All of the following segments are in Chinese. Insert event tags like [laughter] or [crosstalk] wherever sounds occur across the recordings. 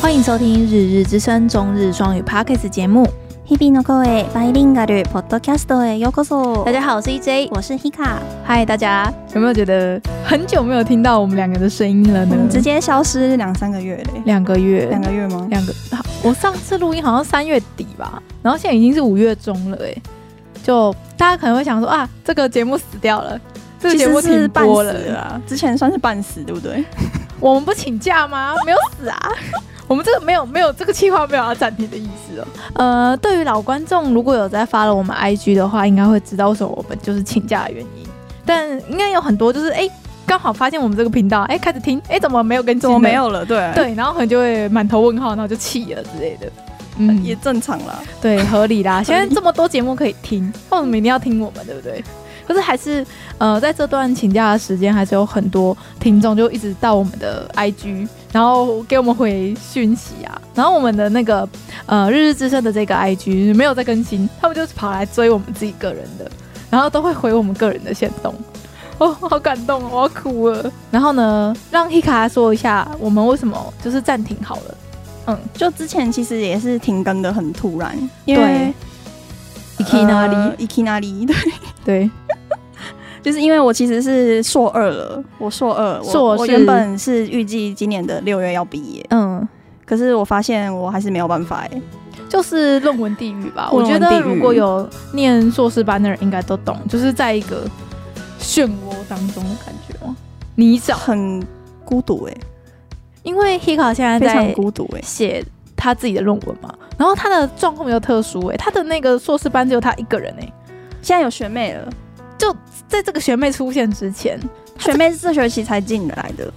欢迎收听《日日之声》中日双语 Podcast 节目。日々の声バイリンガルポッドキャストへようこそ大。家好，我是 EJ。我是 Hika，嗨，大家有没有觉得很久没有听到我们两个的声音了我呢？嗯们直接消失两三个月嘞，两个月，两个月吗？两个。啊我上次录音好像三月底吧，然后现在已经是五月中了、哎，就大家可能会想说啊，这个节目死掉了，这个其节实目是停半播死了，啊，之前算是半死，对不对？我们不请假吗？没有死啊！ [laughs] 我们这个没有没有这个计划没有要暂停的意思哦。呃，对于老观众，如果有在发了我们 IG 的话，应该会知道为什么我们就是请假的原因。但应该有很多就是哎，刚好发现我们这个频道，哎，开始听，哎，怎么没有更新？怎么没？有了？对，啊对，然后可能就会满头问号，然后就气了之类的。嗯，也正常啦。对，合理啦。现在这么多节目可以听，为什么一定要听我们，对不对？可是还是，呃，在这段请假的时间，还是有很多听众就一直到我们的 IG，然后给我们回讯息啊。然后我们的那个呃日日之声的这个 IG 没有在更新，他们就是跑来追我们自己个人的，然后都会回我们个人的线动。 [laughs] 哦，好感动哦，我要哭了。然后呢，让 Hika 说一下我们为什么就是暂停好了，就之前其实也是停更的很突然，因为对，Ikina 里，伊基那呃里，对， [laughs] 对，就是因为我其实是硕二了，我硕二，我硕我士原本是预计今年的六月要毕业，嗯。可是我发现我还是没有办法哎，就是论文地狱吧。我论觉文得地狱如果有念硕士班的人，应该都懂，就是在一个漩涡当中的感觉哦，泥沼。很孤独哎，因为 Hika 现在非常在孤独哎。写他自己的论文嘛，然后他的状况比较特殊诶、他的那个硕士班只有他一个人诶、现在有学妹了，在这个学妹出现之前，学妹是这学期才进来的，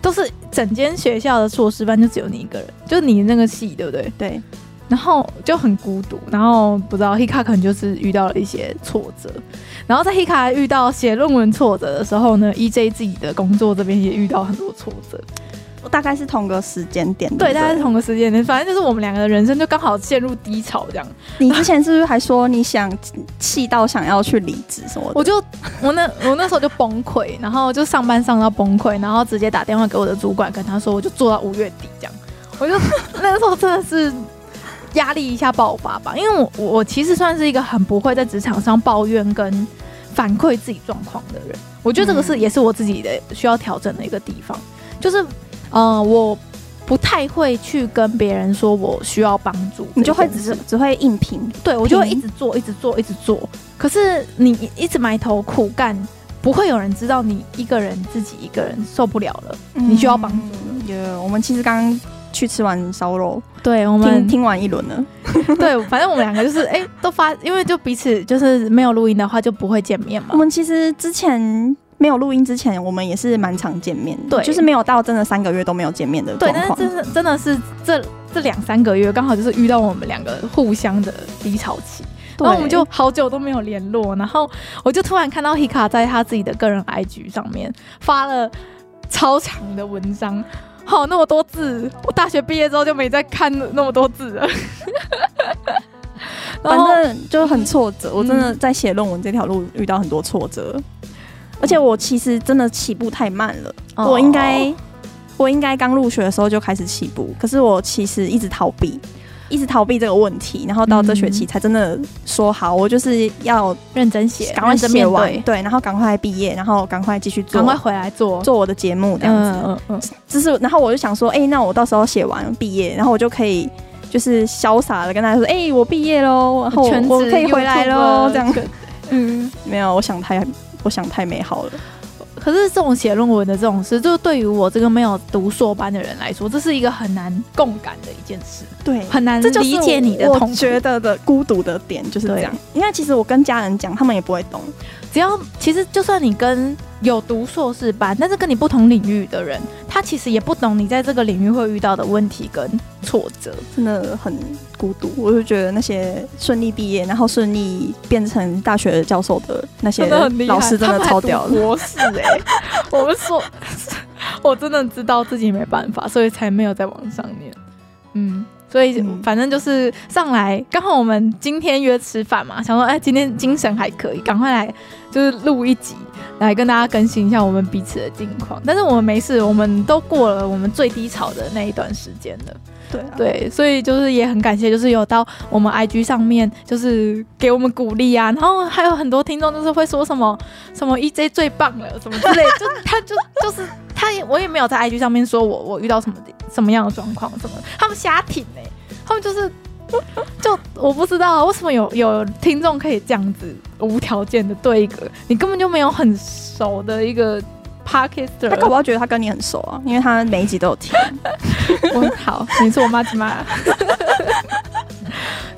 都是整间学校的硕士班就只有你一个人，就是你那个系对不对？对，然后就很孤独，然后不知道 Hika 可能就是遇到了一些挫折，然后在 Hika 遇到写论文挫折的时候呢，EJ 自己的工作这边也遇到很多挫折，大概是同个时间点。对，不大家是同个时间点，反正就是我们两个的人生就刚好陷入低潮这样。你之前是不是还说你想气到想要去离职什么的？我就我那我那时候就崩溃，然后就上班上到崩溃，然后直接打电话给我的主管，跟他说我就做到五月底这样。我就 [laughs] 那个时候真的是压力一下爆发吧，因为我我我其实算是一个很不会在职场上抱怨跟反馈自己状况的人，我觉得这个是、嗯也是我自己的需要调整的一个地方，就是呃我不太会去跟别人说我需要帮助，你就会只是只会硬拼，对我就会一拼直做，一直做，一直做。可是你一直埋头苦干，不会有人知道你一个人自己一个人受不了了。你需要帮助助。有、嗯我们其实刚刚去吃完烧肉，对我听们听完一轮了， [laughs] 对，反正我们两个就是哎、都发，因为就彼此就是没有录音的话就不会见面嘛我。们其实之前。没有录音之前，我们也是蛮常见面的，对就是没有到真的三个月都没有见面的对状，但是况。真的真的是这这两三个月刚好就是遇到我们两个互相的低潮期，然后我们就好久都没有联络，然后我就突然看到 Hika 在他自己的个人 IG 上面发了超长的文章，好那么多字，我大学毕业之后就没再看那么多字了。 [laughs] 然反后正就很挫嗯折，我真的在写论文这条路遇到很多挫折，而且我其实真的起步太慢了，哦我应该我应该刚入学的时候就开始起步，可是我其实一直逃避，一直逃避这个问题，然后到这学嗯期才真的说好，我就是要哦认真写，赶快认真写面完，对，对，然后赶快毕业，然后赶快继续做赶快回来做。做我的节目这样子，嗯嗯就是然后我就想说，哎、那我到时候写完毕业，然后我就可以。就是潇洒的跟大家说，哎、我毕业喽，然后嗯，我全职我可以回来喽， YouTuber，这样。全嗯。没有，我想太，我想太美好了。可是这种写论文的这种事，就是对于我这个没有读硕班的人来说，这是一个很难共感的一件事，对，很难这就是理解你的我痛苦。觉得的孤独的点就是这样。因为其实我跟家人讲，他们也不会懂。只要其实就算你跟有读硕士班，但是跟你不同领域的人，他其实也不懂你在这个领域会遇到的问题跟挫折。真的很孤独，我就觉得那些顺利毕业，然后顺利变成大学教授的那些老师，真的超屌的。博士哎、 [laughs] 我们说， [laughs] 我真的知道自己没办法，所以才没有在网上念。嗯，所以嗯反正就是上来，刚好我们今天约吃饭嘛，想说哎，今天精神还可以，赶快来就是录一集，来跟大家更新一下我们彼此的近况。但是我们没事，我们都过了我们最低潮的那一段时间了。对啊，对，所以就是也很感谢，就是有到我们 IG 上面，就是给我们鼓励啊，然后还有很多听众就是会说什么什么 EJ 最棒了什么之类，就他就就是他也我也没有在 IG 上面说我我遇到什么什么样的状况什么，他们瞎挺哎、他们就是。就我不知道啊为什么有有听众可以这样子无条件的对一个你根本就没有很熟的一个 podcaster，他搞不好觉得他跟你很熟啊，因为他每一集都有 [laughs] 听。我好，你是我妈亲妈。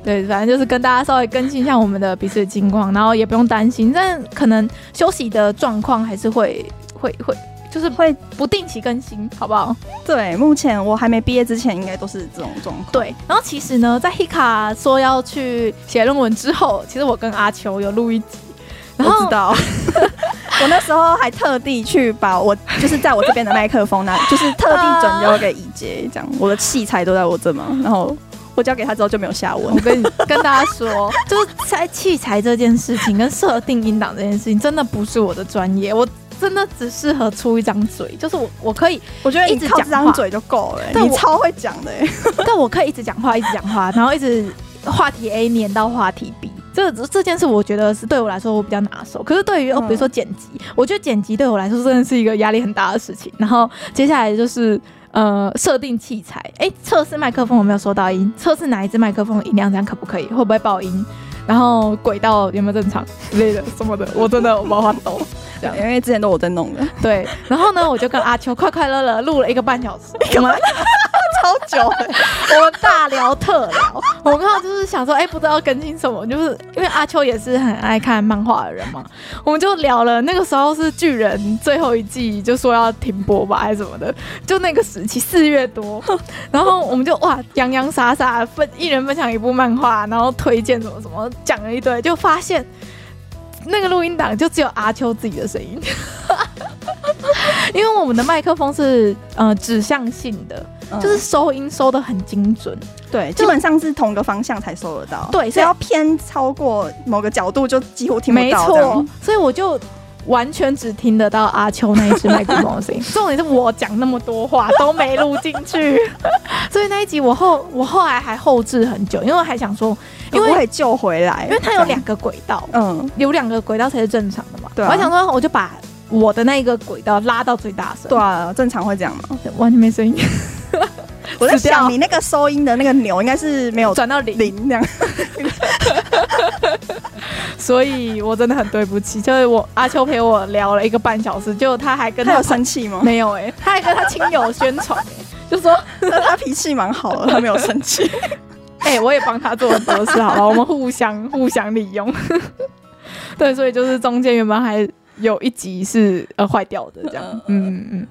对，反正就是跟大家稍微更新一下我们的彼此的近况，然后也不用担心，但可能休息的状况还是会会会，就是会不定期更新，好不好？对，目前我还没毕业之前，应该都是这种状况。对。然后其实呢，在 Hika 说要去写论文之后，其实我跟阿秋有录一集， [laughs] 然我后知道， [laughs] 我那时候还特地去把我就是在我这边的麦克风拿， [laughs] 就是特地转交给乙杰，这样我的器材都在我这嘛，然后我交给他之后就没有下文我。跟你跟大家说，就是在器材这件事情跟设定音档这件事情，真的不是我的专业，我真的只适合出一张嘴，就是我我可以我觉得一你直靠讲这张话嘴就够了、欸，但你我超会讲 [laughs] 的、欸。但我可以一直讲话，一直讲话，然后一直话题 A 连到话题 B。这这件事，我觉得是对我来说我比较拿手。可是对于哦，嗯比如说剪辑，我觉得剪辑对我来说真的是一个压力很大的事情。然后接下来就是呃，设定器材，哎，测试麦克风有没有收到音，测试哪一支麦克风的音量，这样可不可以，会不会爆音，然后轨道有没有正常之类的什么的，我真的我无法懂。对因为之前都我在弄 [laughs] 的，对，然后呢，我就跟阿秋快快乐乐录了一个半小时，我 [laughs] 们超久、欸。 [laughs] 我们大聊特聊，我刚好就是想说，哎、不知道更新什么，就是因为阿秋也是很爱看漫画的人嘛，我们就聊了。那个时候是巨人最后一季，就说要停播吧，还是什么的，就那个时期四月多，然后我们就哇洋洋洒洒分一人分享一部漫画，然后推荐什么什么，讲了一堆，就发现。那个录音档就只有阿秋自己的声音， [laughs] 因为我们的麦克风是呃指向性的，就是收音收的很精准，嗯对，就基本上是同个方向才收得到。对只要偏超过某个角度，就几乎听不没到。这错样，所以我就完全只听得到阿秋那一只麦克风的声音。 [laughs] 重点是我讲那么多话都没录进去， [laughs] 所以那一集我后我后来还后置很久，因为我还想说，因为我也救回来，因为它有两个轨道，这样，嗯，有两个轨道才是正常的嘛。对啊我还想说，我就把我的那一个轨道拉到最大声，对啊，正常会这样嘛。完全没声音，我在死掉想，你那个收音的那个钮应该是没 [laughs] 有 [laughs] 转到零。零那样。所以我真的很对不起，就是我阿秋陪我聊了一个半小时，结果他还跟他他有生 [laughs] 气 [laughs] 吗？没有哎、他还跟他亲友宣传、欸， [laughs] 就说那他脾气蛮好的，他没有生 [laughs] 气。哎、我也帮他做了很多事，好吧，我们互相 [laughs] 互相利用。对，所以就是中间原本还有一集是呃坏掉的，这样，嗯嗯嗯，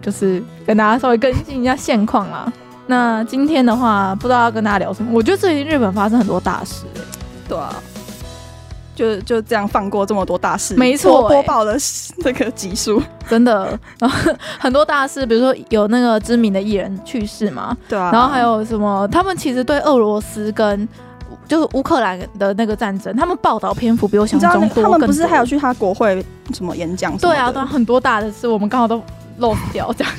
就是跟大家稍微更新一下现况啦。那今天的话，不知道要跟大家聊什么。我觉得最近日本发生很多大事、欸对啊，就就这样放过这么多大事，没错播欸播报的这个集数。真的， [laughs] 然后很多大事，比如说有那个知名的艺人去世嘛，对啊然后还有什么，他们其实对俄罗斯跟就是乌克兰的那个战争，他们报道篇幅比我你想知道象那中个多他更们多。不是还有去他国会什么演讲什么对的？啊，对啊，很多大的事我们刚好都漏掉这样。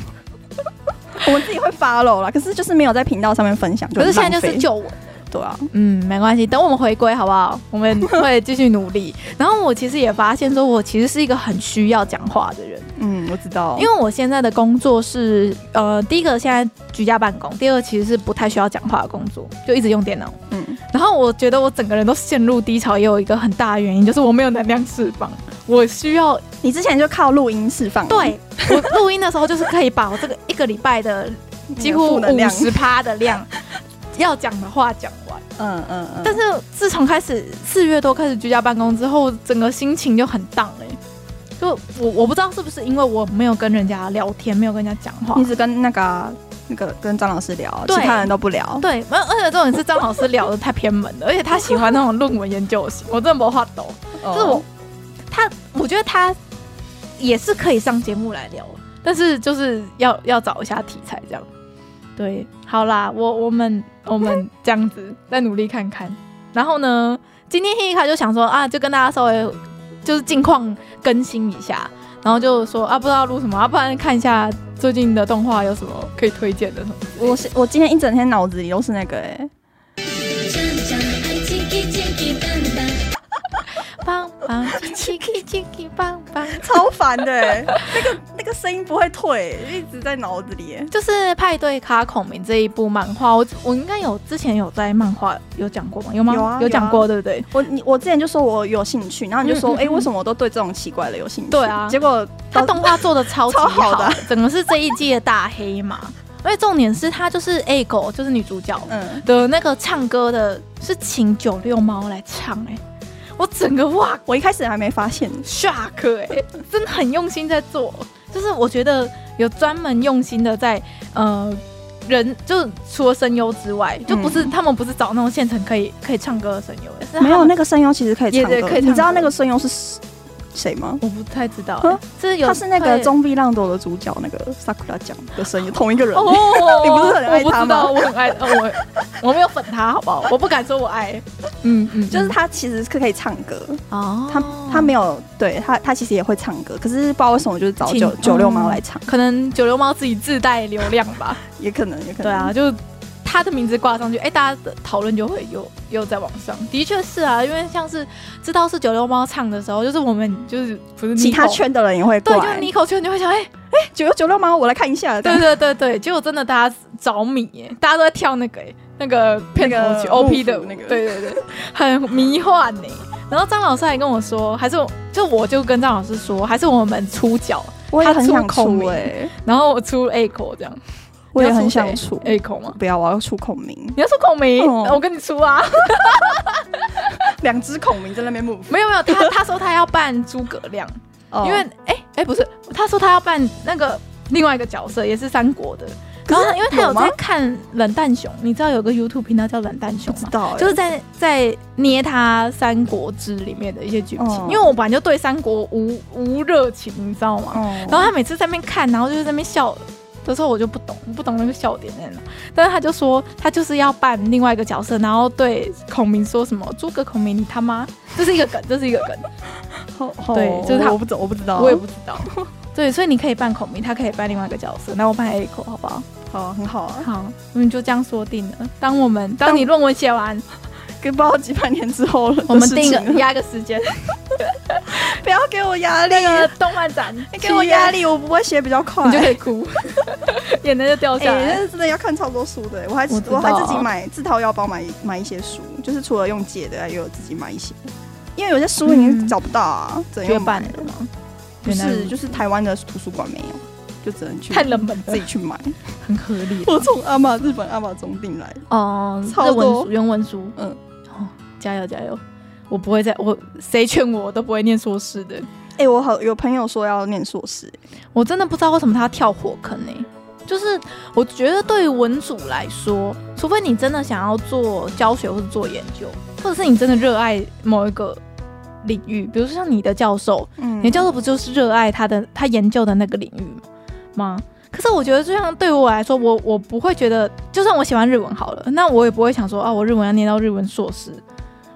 我们自己会 follow 啦，可是就是没有在频道上面分享，可是现在就很是浪费救我，对啊，嗯，没关系，等我们回归好不好？我们会继续努 [laughs] 力。然后我其实也发现，说我其实是一个很需要讲话的人，嗯，我知道，因为我现在的工作是，呃，第一个现在居家办公，第二个其实是不太需要讲话的工作，就一直用电脑。嗯，然后我觉得我整个人都陷入低潮，也有一个很大的原因就是我没有能量释放，我需要你之前就靠录音释放， [laughs] 对我录音的时候，就是可以把我这个一个礼拜的你的几乎负能五量，十趴的量 [laughs] 要讲的话讲完。嗯嗯嗯，但是自从开始四月多开始居家办公之后，整个心情就很荡哎、就我我不知道是不是因为我没有跟人家聊天，没有跟人家讲话你。只跟那个啊那个跟张老师聊，啊其对他人都不聊，对，而而且重点是张老师聊的太偏门了，而且他喜欢那种论文研究型，我真的没话抖。哦就是我，他，我觉得他啊也是可以上节目来聊，但是就是要要找一下题材这样。对，好啦，我我们我们这样子再努力看看。然后呢，今天黑卡就想说啊，就跟大家稍微就是近况更新一下，然后就说啊，不知道录什么，啊，不然看一下最近的动画有什么可以推荐的什么。我是我今天一整天脑子里都是那个哎、ちゃんちゃんあちきちきばんばん棒棒， [laughs] 叽叽叽叽棒棒，超烦的、欸， [laughs] 那个那个声音不会退、一直在脑子里、欸。就是《派对咖孔明》这一部漫画，我我应该有之前有在漫画有讲过吗？有吗？有啊讲有啊过，对不对？我你我之前就说我有兴趣，然后你就说，嗯嗯哎、嗯为什么我都对这种奇怪的有兴趣？对啊结果他到动画做的超级超好好的 [laughs] 整个是这一季的大黑马。而且重点是，他就是 A 狗，就是女主角嗯，的那个唱歌的，是请九六猫来唱、哎，我整个哇我一开始还没发现， shock 哎、真的很用心在做，就是我觉得有专门用心的在呃人，就除了声优之外，就不是、他们不是找那种现成可以可以唱歌的声优，是他们嗯没有那个声优其实可以唱也对歌，可以唱歌你知道那个声优是谁谁吗？我不太知道、欸啊就是有他是那个会中碧浪斗的主角，那个萨库拉酱的声音，同一个人。哦 [laughs] 你不是很爱他吗我不知道，我很爱，呃我我没有粉他，好不好？我不敢说我爱，嗯嗯，就是他其实是可以唱歌，哦他他没有对他他其实也会唱歌，可是不知道为什么就是找请九九六哦猫来唱，可能九流猫自己自带流量吧，也可能也可能对啊，，就他的名字挂上去，哎、大家的讨论就会又又在网上，的确是啊，因为像是知道是九流猫唱的时候，就是我们就是不是其他 Nico 圈的人也会过对，就来是。Nico 圈就会想， [laughs] 哎、九九六吗？我来看一下。对对对对，结果真的大家着迷耶，大家都在跳那个耶那个片头那曲个 OP 的幕府那个对对对，很迷幻呢。然后张老师还跟我说，还是我就我就跟张老师说，还是我们出脚，我也很想他出孔出明哎、然后我出 A 口这样，我也很想出。 A 口吗？不要，我要出孔明，你要出孔明，哦我跟你出啊！两只孔明在那边 move，没有没有，他他说他要扮诸葛亮，哦因为哎哎、不是，他说他要扮那个另外一个角色，也是三国的。然后他因为他有有吗在看冷淡熊，你知道有个 YouTube 频道叫冷淡熊吗知？道、欸，就是在在捏他《三国志》里面的一些剧情，哦因为我本来就对三国无无热情，你知道吗？哦，然后他每次在那边看，然后就是在那边笑的时候，我就不懂，不懂那个笑点在哪。但是他就说他就是要扮另外一个角色，然后对孔明说什么“诸葛孔明，你他妈”，这是一个梗，这是一个梗，后后对就是他我不知我不知道，我也不知道。对，所以你可以扮孔明，他可以扮另外一个角色，那我扮 A 口好不好？好很好啊，好，我们就这样说定了。当我们当你论文写完，跟不知道几百年之后了，我们定的事个情了压个时间。不要给我压力，那个呃动漫展 [laughs] 你给我压，力，我不会写比较快你就。可以哭， [laughs] 眼泪就掉哎、下来。但是真的要看超多书的、我还我我知道还自己买自掏腰包买买一些书，就是除了用借的，也有自己买一些，因为有些书已经嗯找不到啊，只能绝用买版了吗？不原来如是，此就是台湾的图书馆没有，就只能去太冷门了，自己 [laughs] 去买。很合 [laughs] 理我从阿玛日本阿玛中订来，哦。超日文多书，原文书，嗯，哦，加油加油！我不会再我谁劝我我都不会念硕士的，哎、我好有朋友说要念硕士，我真的不知道为什么他要跳火坑呢、就是我觉得对于文组来说，除非你真的想要做教学或者做研究，或者是你真的热爱某一个领域，比如说像你的教授，嗯你的教授不就是热爱他的他研究的那个领域吗？可是我觉得，就像对于我来说，我我不会觉得，就算我喜欢日文好了，那我也不会想说啊，我日文要念到日文硕士，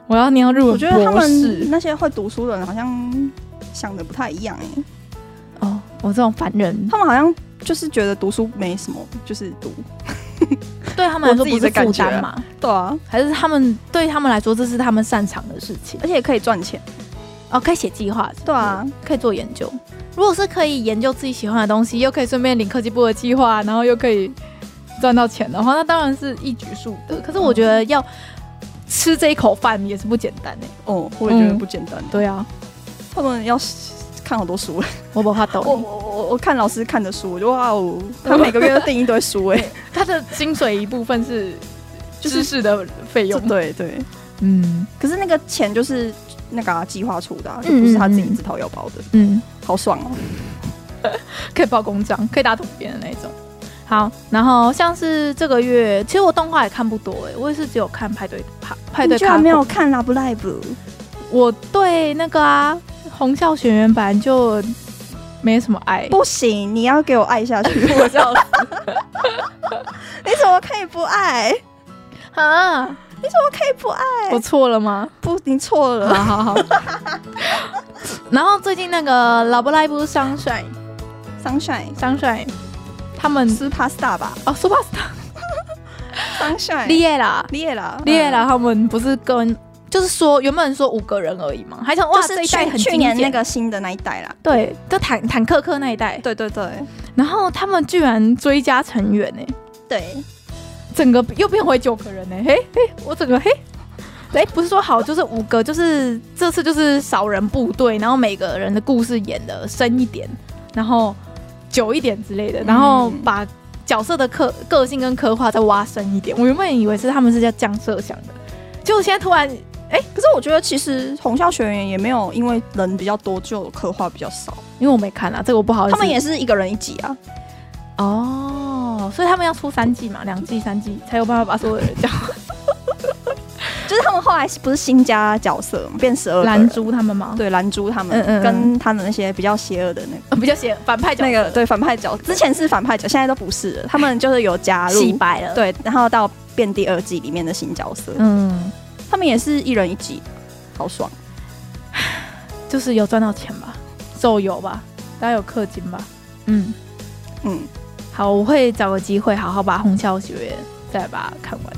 我要念到日文我觉得他博们士。那些会读书的人好像想的不太一样哎、哦，我这种凡人，他们好像就是觉得读书没什么，就是读。对他们来说我自己不是的感负觉啊担嘛？对啊，还是他们对他们来说，这是他们擅长的事情？而且也可以赚钱。哦，可以写计划，是不是对啊，可以做研究。如果是可以研究自己喜欢的东西，又可以顺便领科技部的计划，然后又可以赚到钱的话，那当然是一举数得。可是我觉得要吃这一口饭也是不简单哎、哦，我也觉得嗯不简单。对啊，他们要看好 [laughs] 多书，我不怕我抖。我我我看老师看的书，我就哇哦，他每个月都订一堆书哎、 [laughs] 他的薪水一部分是就知是识的费就用，对对。嗯可是那个钱就是那个啊计、划出的、啊，就嗯不是他自己嗯嗯自掏腰包的，嗯，好爽哦、可以报公章，可以打桶边的那一种。好，然后像是这个月，其实我动画也看不多哎、我也是只有看派对派派对哎你居咖然啡没有看啊 Love Live，我对那个啊，《红校学员版》就没什么爱。不行，你要给我爱下 [laughs] 去。我笑死，你怎么可以不爱？你啊，怎么可以不爱？我错了吗？不，你错了。好好好。 [laughs] 然后最近那个老布拉布 Sunshine Sunshine Sunshine，他们是 Pasta 吧哦 Superstar ？Sunshine 厉害啦，烈了，厉害啦！他们不是跟就是说原本说五个人而已嘛，还想哇就这是一代去很去经年典那个新的那一代啦。对，就坦坦克克那一代，对对对然后他们居然追加成员哎、对，整个又变回九个人呢、嘿嘿，我整个嘿，哎、不是说好就是五个，就是这次就是少人部队，然后每个人的故事演的深一点，然后久一点之类的，然后嗯把角色的刻个性跟刻画再挖深一点。我原本以为是他们是在这样设想的，结果现在突然可是我觉得其实红校学员也没有因为人比较多就刻画比较少，因为我没看啊，这个我不好意思。他们也是一个人一集啊。哦，所以他们要出三季嘛，两季三季才有办法把所有的人叫 [laughs] 就是他们后来不是新加角色嘛，变十二拦住他们吗？对蓝珠他们嗯嗯嗯跟他的那些比较邪恶的那个呃，比较写反派角那个对反派角，之前是反派角，现在都不是了，他们就是有加洗入白了。对，然后到变第二季里面的新角色，嗯，他们也是一人一集，好爽。就是有赚到钱吧，手游吧，大家有氪金吧。嗯，嗯，好，我会找个机会好好把《红校学院》再把它看完。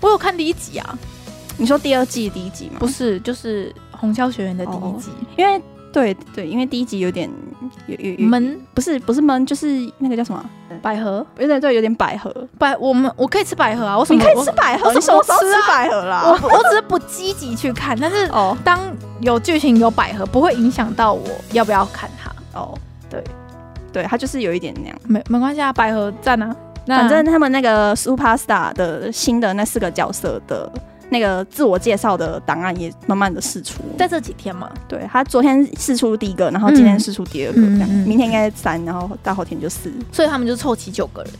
我有看第一集啊，嗯你说第二季第一集吗？不是，就是《红校学院》的第一集。因为对对，因为第一集有点有有有，门不是不是闷，就是那个叫什么，百合有点对，有点百合。百，我们我可以吃百合啊，我什哦你么可以吃百合，我你什么时候我什么时候吃吃啊百合啦？我我我只是不积极去看，但是 [laughs] 哦当有剧情有百合，不会影响到我要不要看它。哦，对对，他就是有一点那样。没没关系啊，百合赞啊。那反正他们那个 Superstar 的新的那四个角色的那个自我介绍的档案也慢慢的释出。在这几天嘛，对他昨天试出第一个，然后今天嗯试出第二个，嗯这样嗯嗯明天应该三，然后大后天就四。所以他们就凑齐九个人。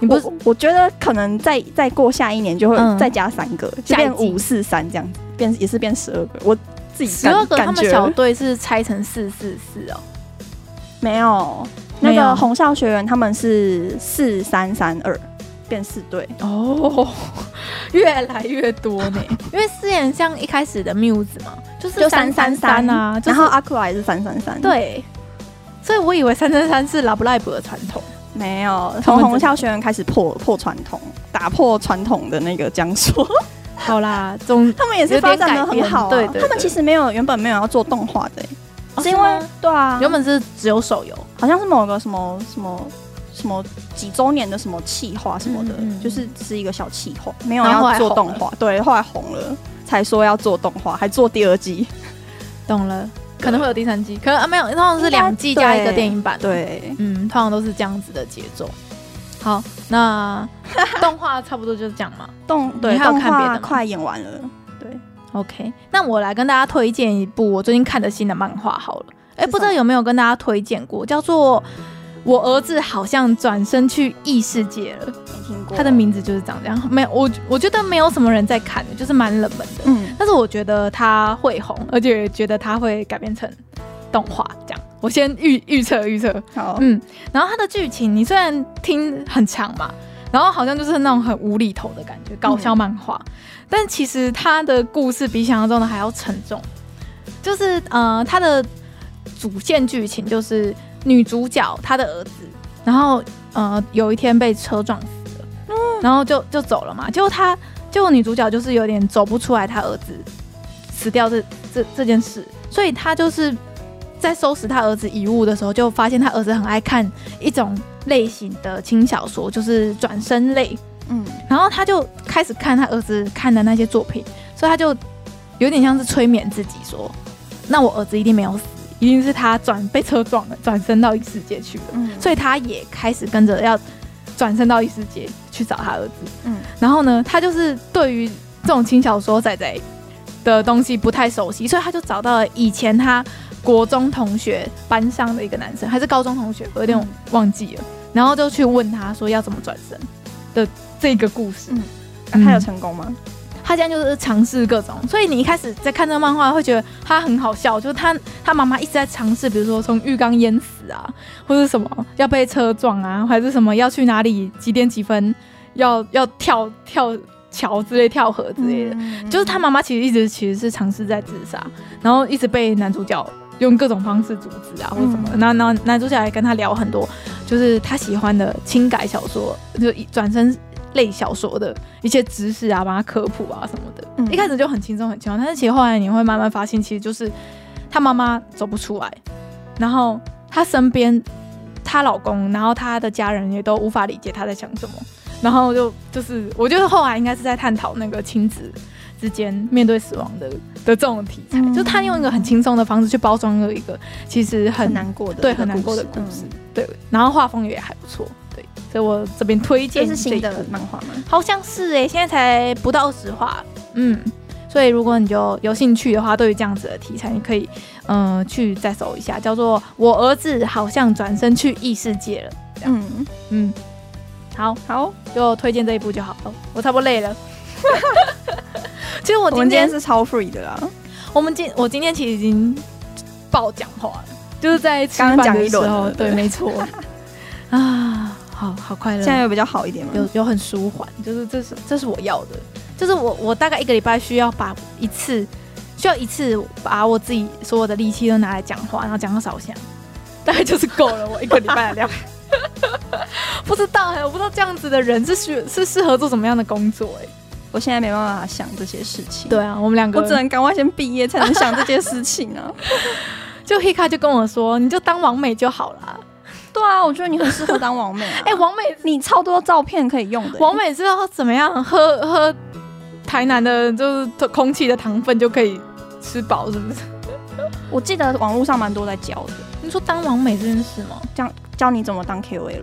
你不我是我觉得可能再再过下一年就嗯会再加三个，就下一变季五四三这样子，变也是变十二个。我自己十感二个，他感们觉小队是拆成四四四哦。没有那没有个红校学员他们是四三三二变四队，哦，越来越多 [laughs] 呢，因为四眼像一开始的 Muse 嘛，就是就三三三333啊，就是、然后阿库拉也是三三三。，对，所以我以为三三三是 Love Live 的传统。没有他从们红校学员开始破破传统，打破传统的那个江说。好啦，总 [laughs] 他们也是发展的很好、啊，有点改变对对对他们其实没有原本没有要做动画的、哦是因是为吗对啊，原本是只有手游，好像是某个什么什么什么几周年的什么企划什么的，嗯嗯嗯就是只是一个小企划，没有然后后要来做红动画，对，后来红了才说要做动画，还做第二季，懂了，可能会有第三季，可能啊没有，通常是两季应该加一个对电影版。，对，嗯，通常都是这样子的节奏。好，那 [laughs] 动画差不多就是这样嘛。动对还有动看别的画吗快演完了，对， OK，那我来跟大家推荐一部我最近看的新的漫画好了。哎、是什么不知道有没有跟大家推荐过，叫做《我儿子好像转身去异世界了》，没听过它的，名字就是长这样。没有，我我觉得没有什么人在看的，就是蛮冷门的。嗯，但是我觉得它会红，而且觉得它会改编成动画这样。我先预预测预测，好，嗯，然后它的剧情你虽然听很长嘛，然后好像就是那种很无厘头的感觉，搞笑漫画，但其实它的故事比想象中的还要沉重。就是呃，它的主线剧情就是女主角她的儿子，然后呃有一天被车撞死了，然后就就走了嘛。结果她结果女主角就是有点走不出来，她儿子死掉这这这件事，所以她就是在收拾她儿子遗物的时候，就发现她儿子很爱看一种类型的轻小说，就是转身类。嗯，然后他就开始看他儿子看的那些作品，所以他就有点像是催眠自己说：“那我儿子一定没有死，一定是他转被车撞了，转身到异世界去了。”嗯，所以他也开始跟着要转身到异世界去找他儿子。嗯嗯，然后呢，他就是对于这种轻小说仔仔的东西不太熟悉，所以他就找到了以前他国中同学班上的一个男生，还是高中同学，我有点嗯忘记了。然后就去问他说要怎么转身的这个故事。嗯嗯他有成功吗？他现在就是尝试各种，所以你一开始在看这个漫画会觉得他很好笑，就是他他妈妈一直在尝试，比如说从浴缸淹死啊，或者什么要被车撞啊，还是什么要去哪里几点几分要要跳跳桥之类、跳河之类的，嗯就是他妈妈其实一直其实是尝试在自杀，然后一直被男主角用各种方式阻止啊，或者什么。那那男主角还跟他聊很多，就是他喜欢的轻改小说，就一转身类小说的一些知识啊，帮他科普啊什么的。嗯一开始就很轻松很轻松，但是其实后来你会慢慢发现，其实就是他妈妈走不出来，然后她身边她老公，然后她的家人也都无法理解她在想什么。然后就就是，我觉得后来应该是在探讨那个亲子之间面对死亡的的这种题材，嗯就他用一个很轻松的方式去包装了一个其实很很难过的对一个很难故过的事故事嗯，对，然后画风也还不错，对，所以我这边推这荐是新一的部漫画吗？好像是哎、现在才不到十话，嗯，所以如果你就有兴趣的话，对于这样子的题材，你可以嗯、呃去再搜一下，叫做《我儿子好像转身去异世界了》，嗯，嗯，好，好，就推荐这一部就好了，我差不多累 [laughs] 了。其实我我们今今天天嗯是超 free 的啦，我们今我今天其实已经爆讲话了，就是在吃刚饭刚讲的一时轮候，了对，没 [laughs] 错啊，好好快乐，现在有比较好一点吗？有有很舒缓，就是这是这是我要的，就是我我大概一个礼拜需要把一次需要一次把我自己所有的力气都拿来讲话，然后讲到少想，大概就是够了我一个礼拜的 [laughs] 量。不知道哎、我不知道这样子的人是适是适合做什么样的工作哎、我现在没办法想这些事情。对。啊，我们两个我只能赶快先毕业，才能想这件事情 [laughs] 啊！就 Hika 就跟我说，你就当王美就好啦。对啊，我觉得你很适合当王美、 [laughs] 啊。哎、王美你超多照片可以用的、王美知道怎么样喝喝台南的，就是空气的糖分就可以吃饱，是不是？我记得网络上蛮多在教的，你说当王美这件事吗教你怎么当 KOL。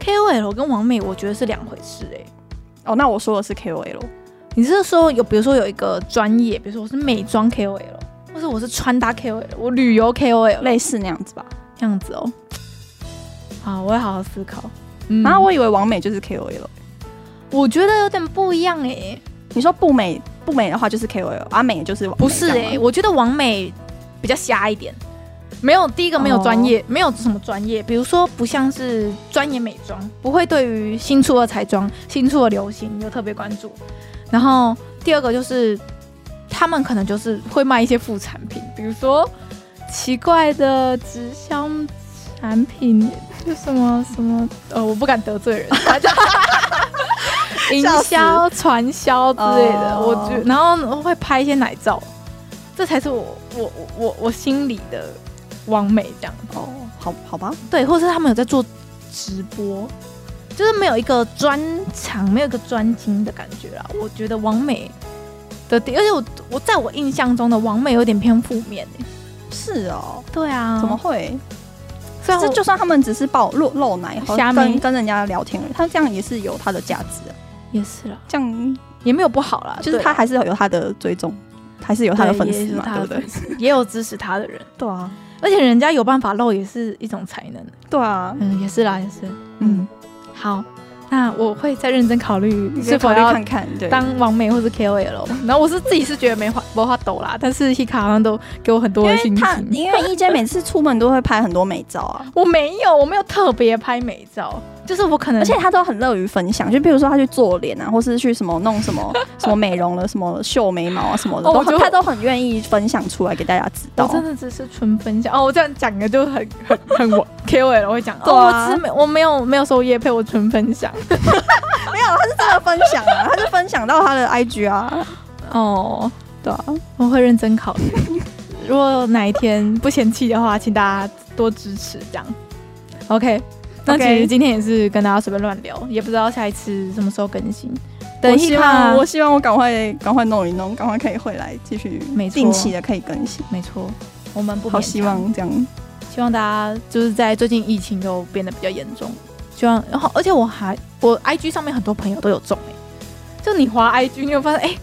？KOL 跟王美我觉得是两回事哎、哦，那我说的是 KOL，你是说有，比如说有一个专业，比如说我是美妆 KOL，或者我是穿搭 KOL，我旅游 KOL 类似那样子吧。这样子哦。好，我会好好思考。嗯然后我以为王美就是 KOL，我觉得有点不一样哎、你说不美不美的话就是 KOL，啊美就是欸王美不是这哎、样吗我觉得王美比较瞎一点，没有第一个没有专哦业，没有什么专业，比如说不像是专业美妆，不会对于新出的彩妆、新出的流行有特别关注。然后第二个就是他们可能就是会卖一些副产品，比如说奇怪的直销产品，就什么什么呃，我不敢得罪人。 [laughs] [laughs] 营笑死销、传销之类的，哦我觉得然后会拍一些奶照，这才是我我我我心里的完美这样。哦，好好吧，对，或者是他们有在做直播，就是没有一个专长，没有一个专精的感觉啦。我觉得王美的点，而且我我在我印象中的王美有点偏负面、欸、是哦，对啊怎么会？虽然这我就算他们只是爆露露奶，和虾米跟跟人家聊天而已，他这样也是有他的价值啊，也是啦，这样也没有不好啦，就是对他啦还是有他的追踪，还是有他的粉丝嘛，也有？对不？对他的粉丝也有支持他的人，对啊，而且人家有办法露也是一种才能。对啊，嗯，也是啦，也是。嗯，好，那我会再认真考虑你可以是否考虑要看看，对，当网美或是 KOL。然后我是自己是觉得没话没话抖啦，但是 Hika 好像都给我很多因的为心他情。因为一 E 姐每次出门都会拍很多美照啊，我没有，我没有特别拍美照，就是我可能而且他都很乐于分享，就比如说他去做脸啊，或是去什么弄什么 [laughs] 什么美容了，什么秀眉毛啊什么的，哦我都觉得很他都很愿意分享出来给大家知我道。真的只是纯分享哦，我这样讲的就很很很我 KOL 我会 [laughs] 讲、对啊哦，我只没我没有没有收叶配，我纯分享没有，他是真的分享啊，他就分享到他的 IG 啊， [laughs] 哦，对啊，我会认真考虑。 [laughs] 如果哪一天不嫌弃的话，请大家多支持这样。OK，那其 OK 实今天也是跟大家随便乱聊，也不知道下一次什么时候更新。等我一希下望，我希望我赶快赶快弄一弄，赶快可以回来继续没错定期的可以更新，没错，我们不好勉希强望这样。希望大家就是在最近疫情都变得比较严重，希望然后而且我还我 IG 上面很多朋友都有中哎、就你滑 IG 你会发现哎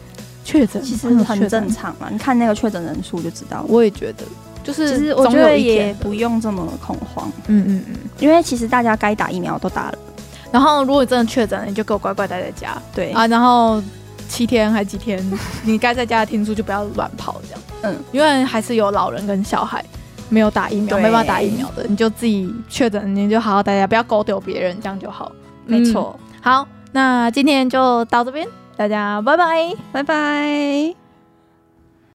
确诊，其实好像有很确诊正，常啊嘛，你看那个确诊人数就知道了。我也觉得就是其实我觉总有得一也天不用这么恐慌，嗯嗯嗯，因为其实大家该打疫苗都打了，然后如果真的确诊了，你就给我乖乖待在家对，啊，然后七天还几天，你该在家的天数就不要乱跑这样。嗯嗯，因为还是有老人跟小孩没有打疫苗，对没办法打疫苗的，你就自己确诊，你就好好待家，不要勾丢别人，这样就好。没错，嗯好，那今天就到这边，大家拜拜。拜拜。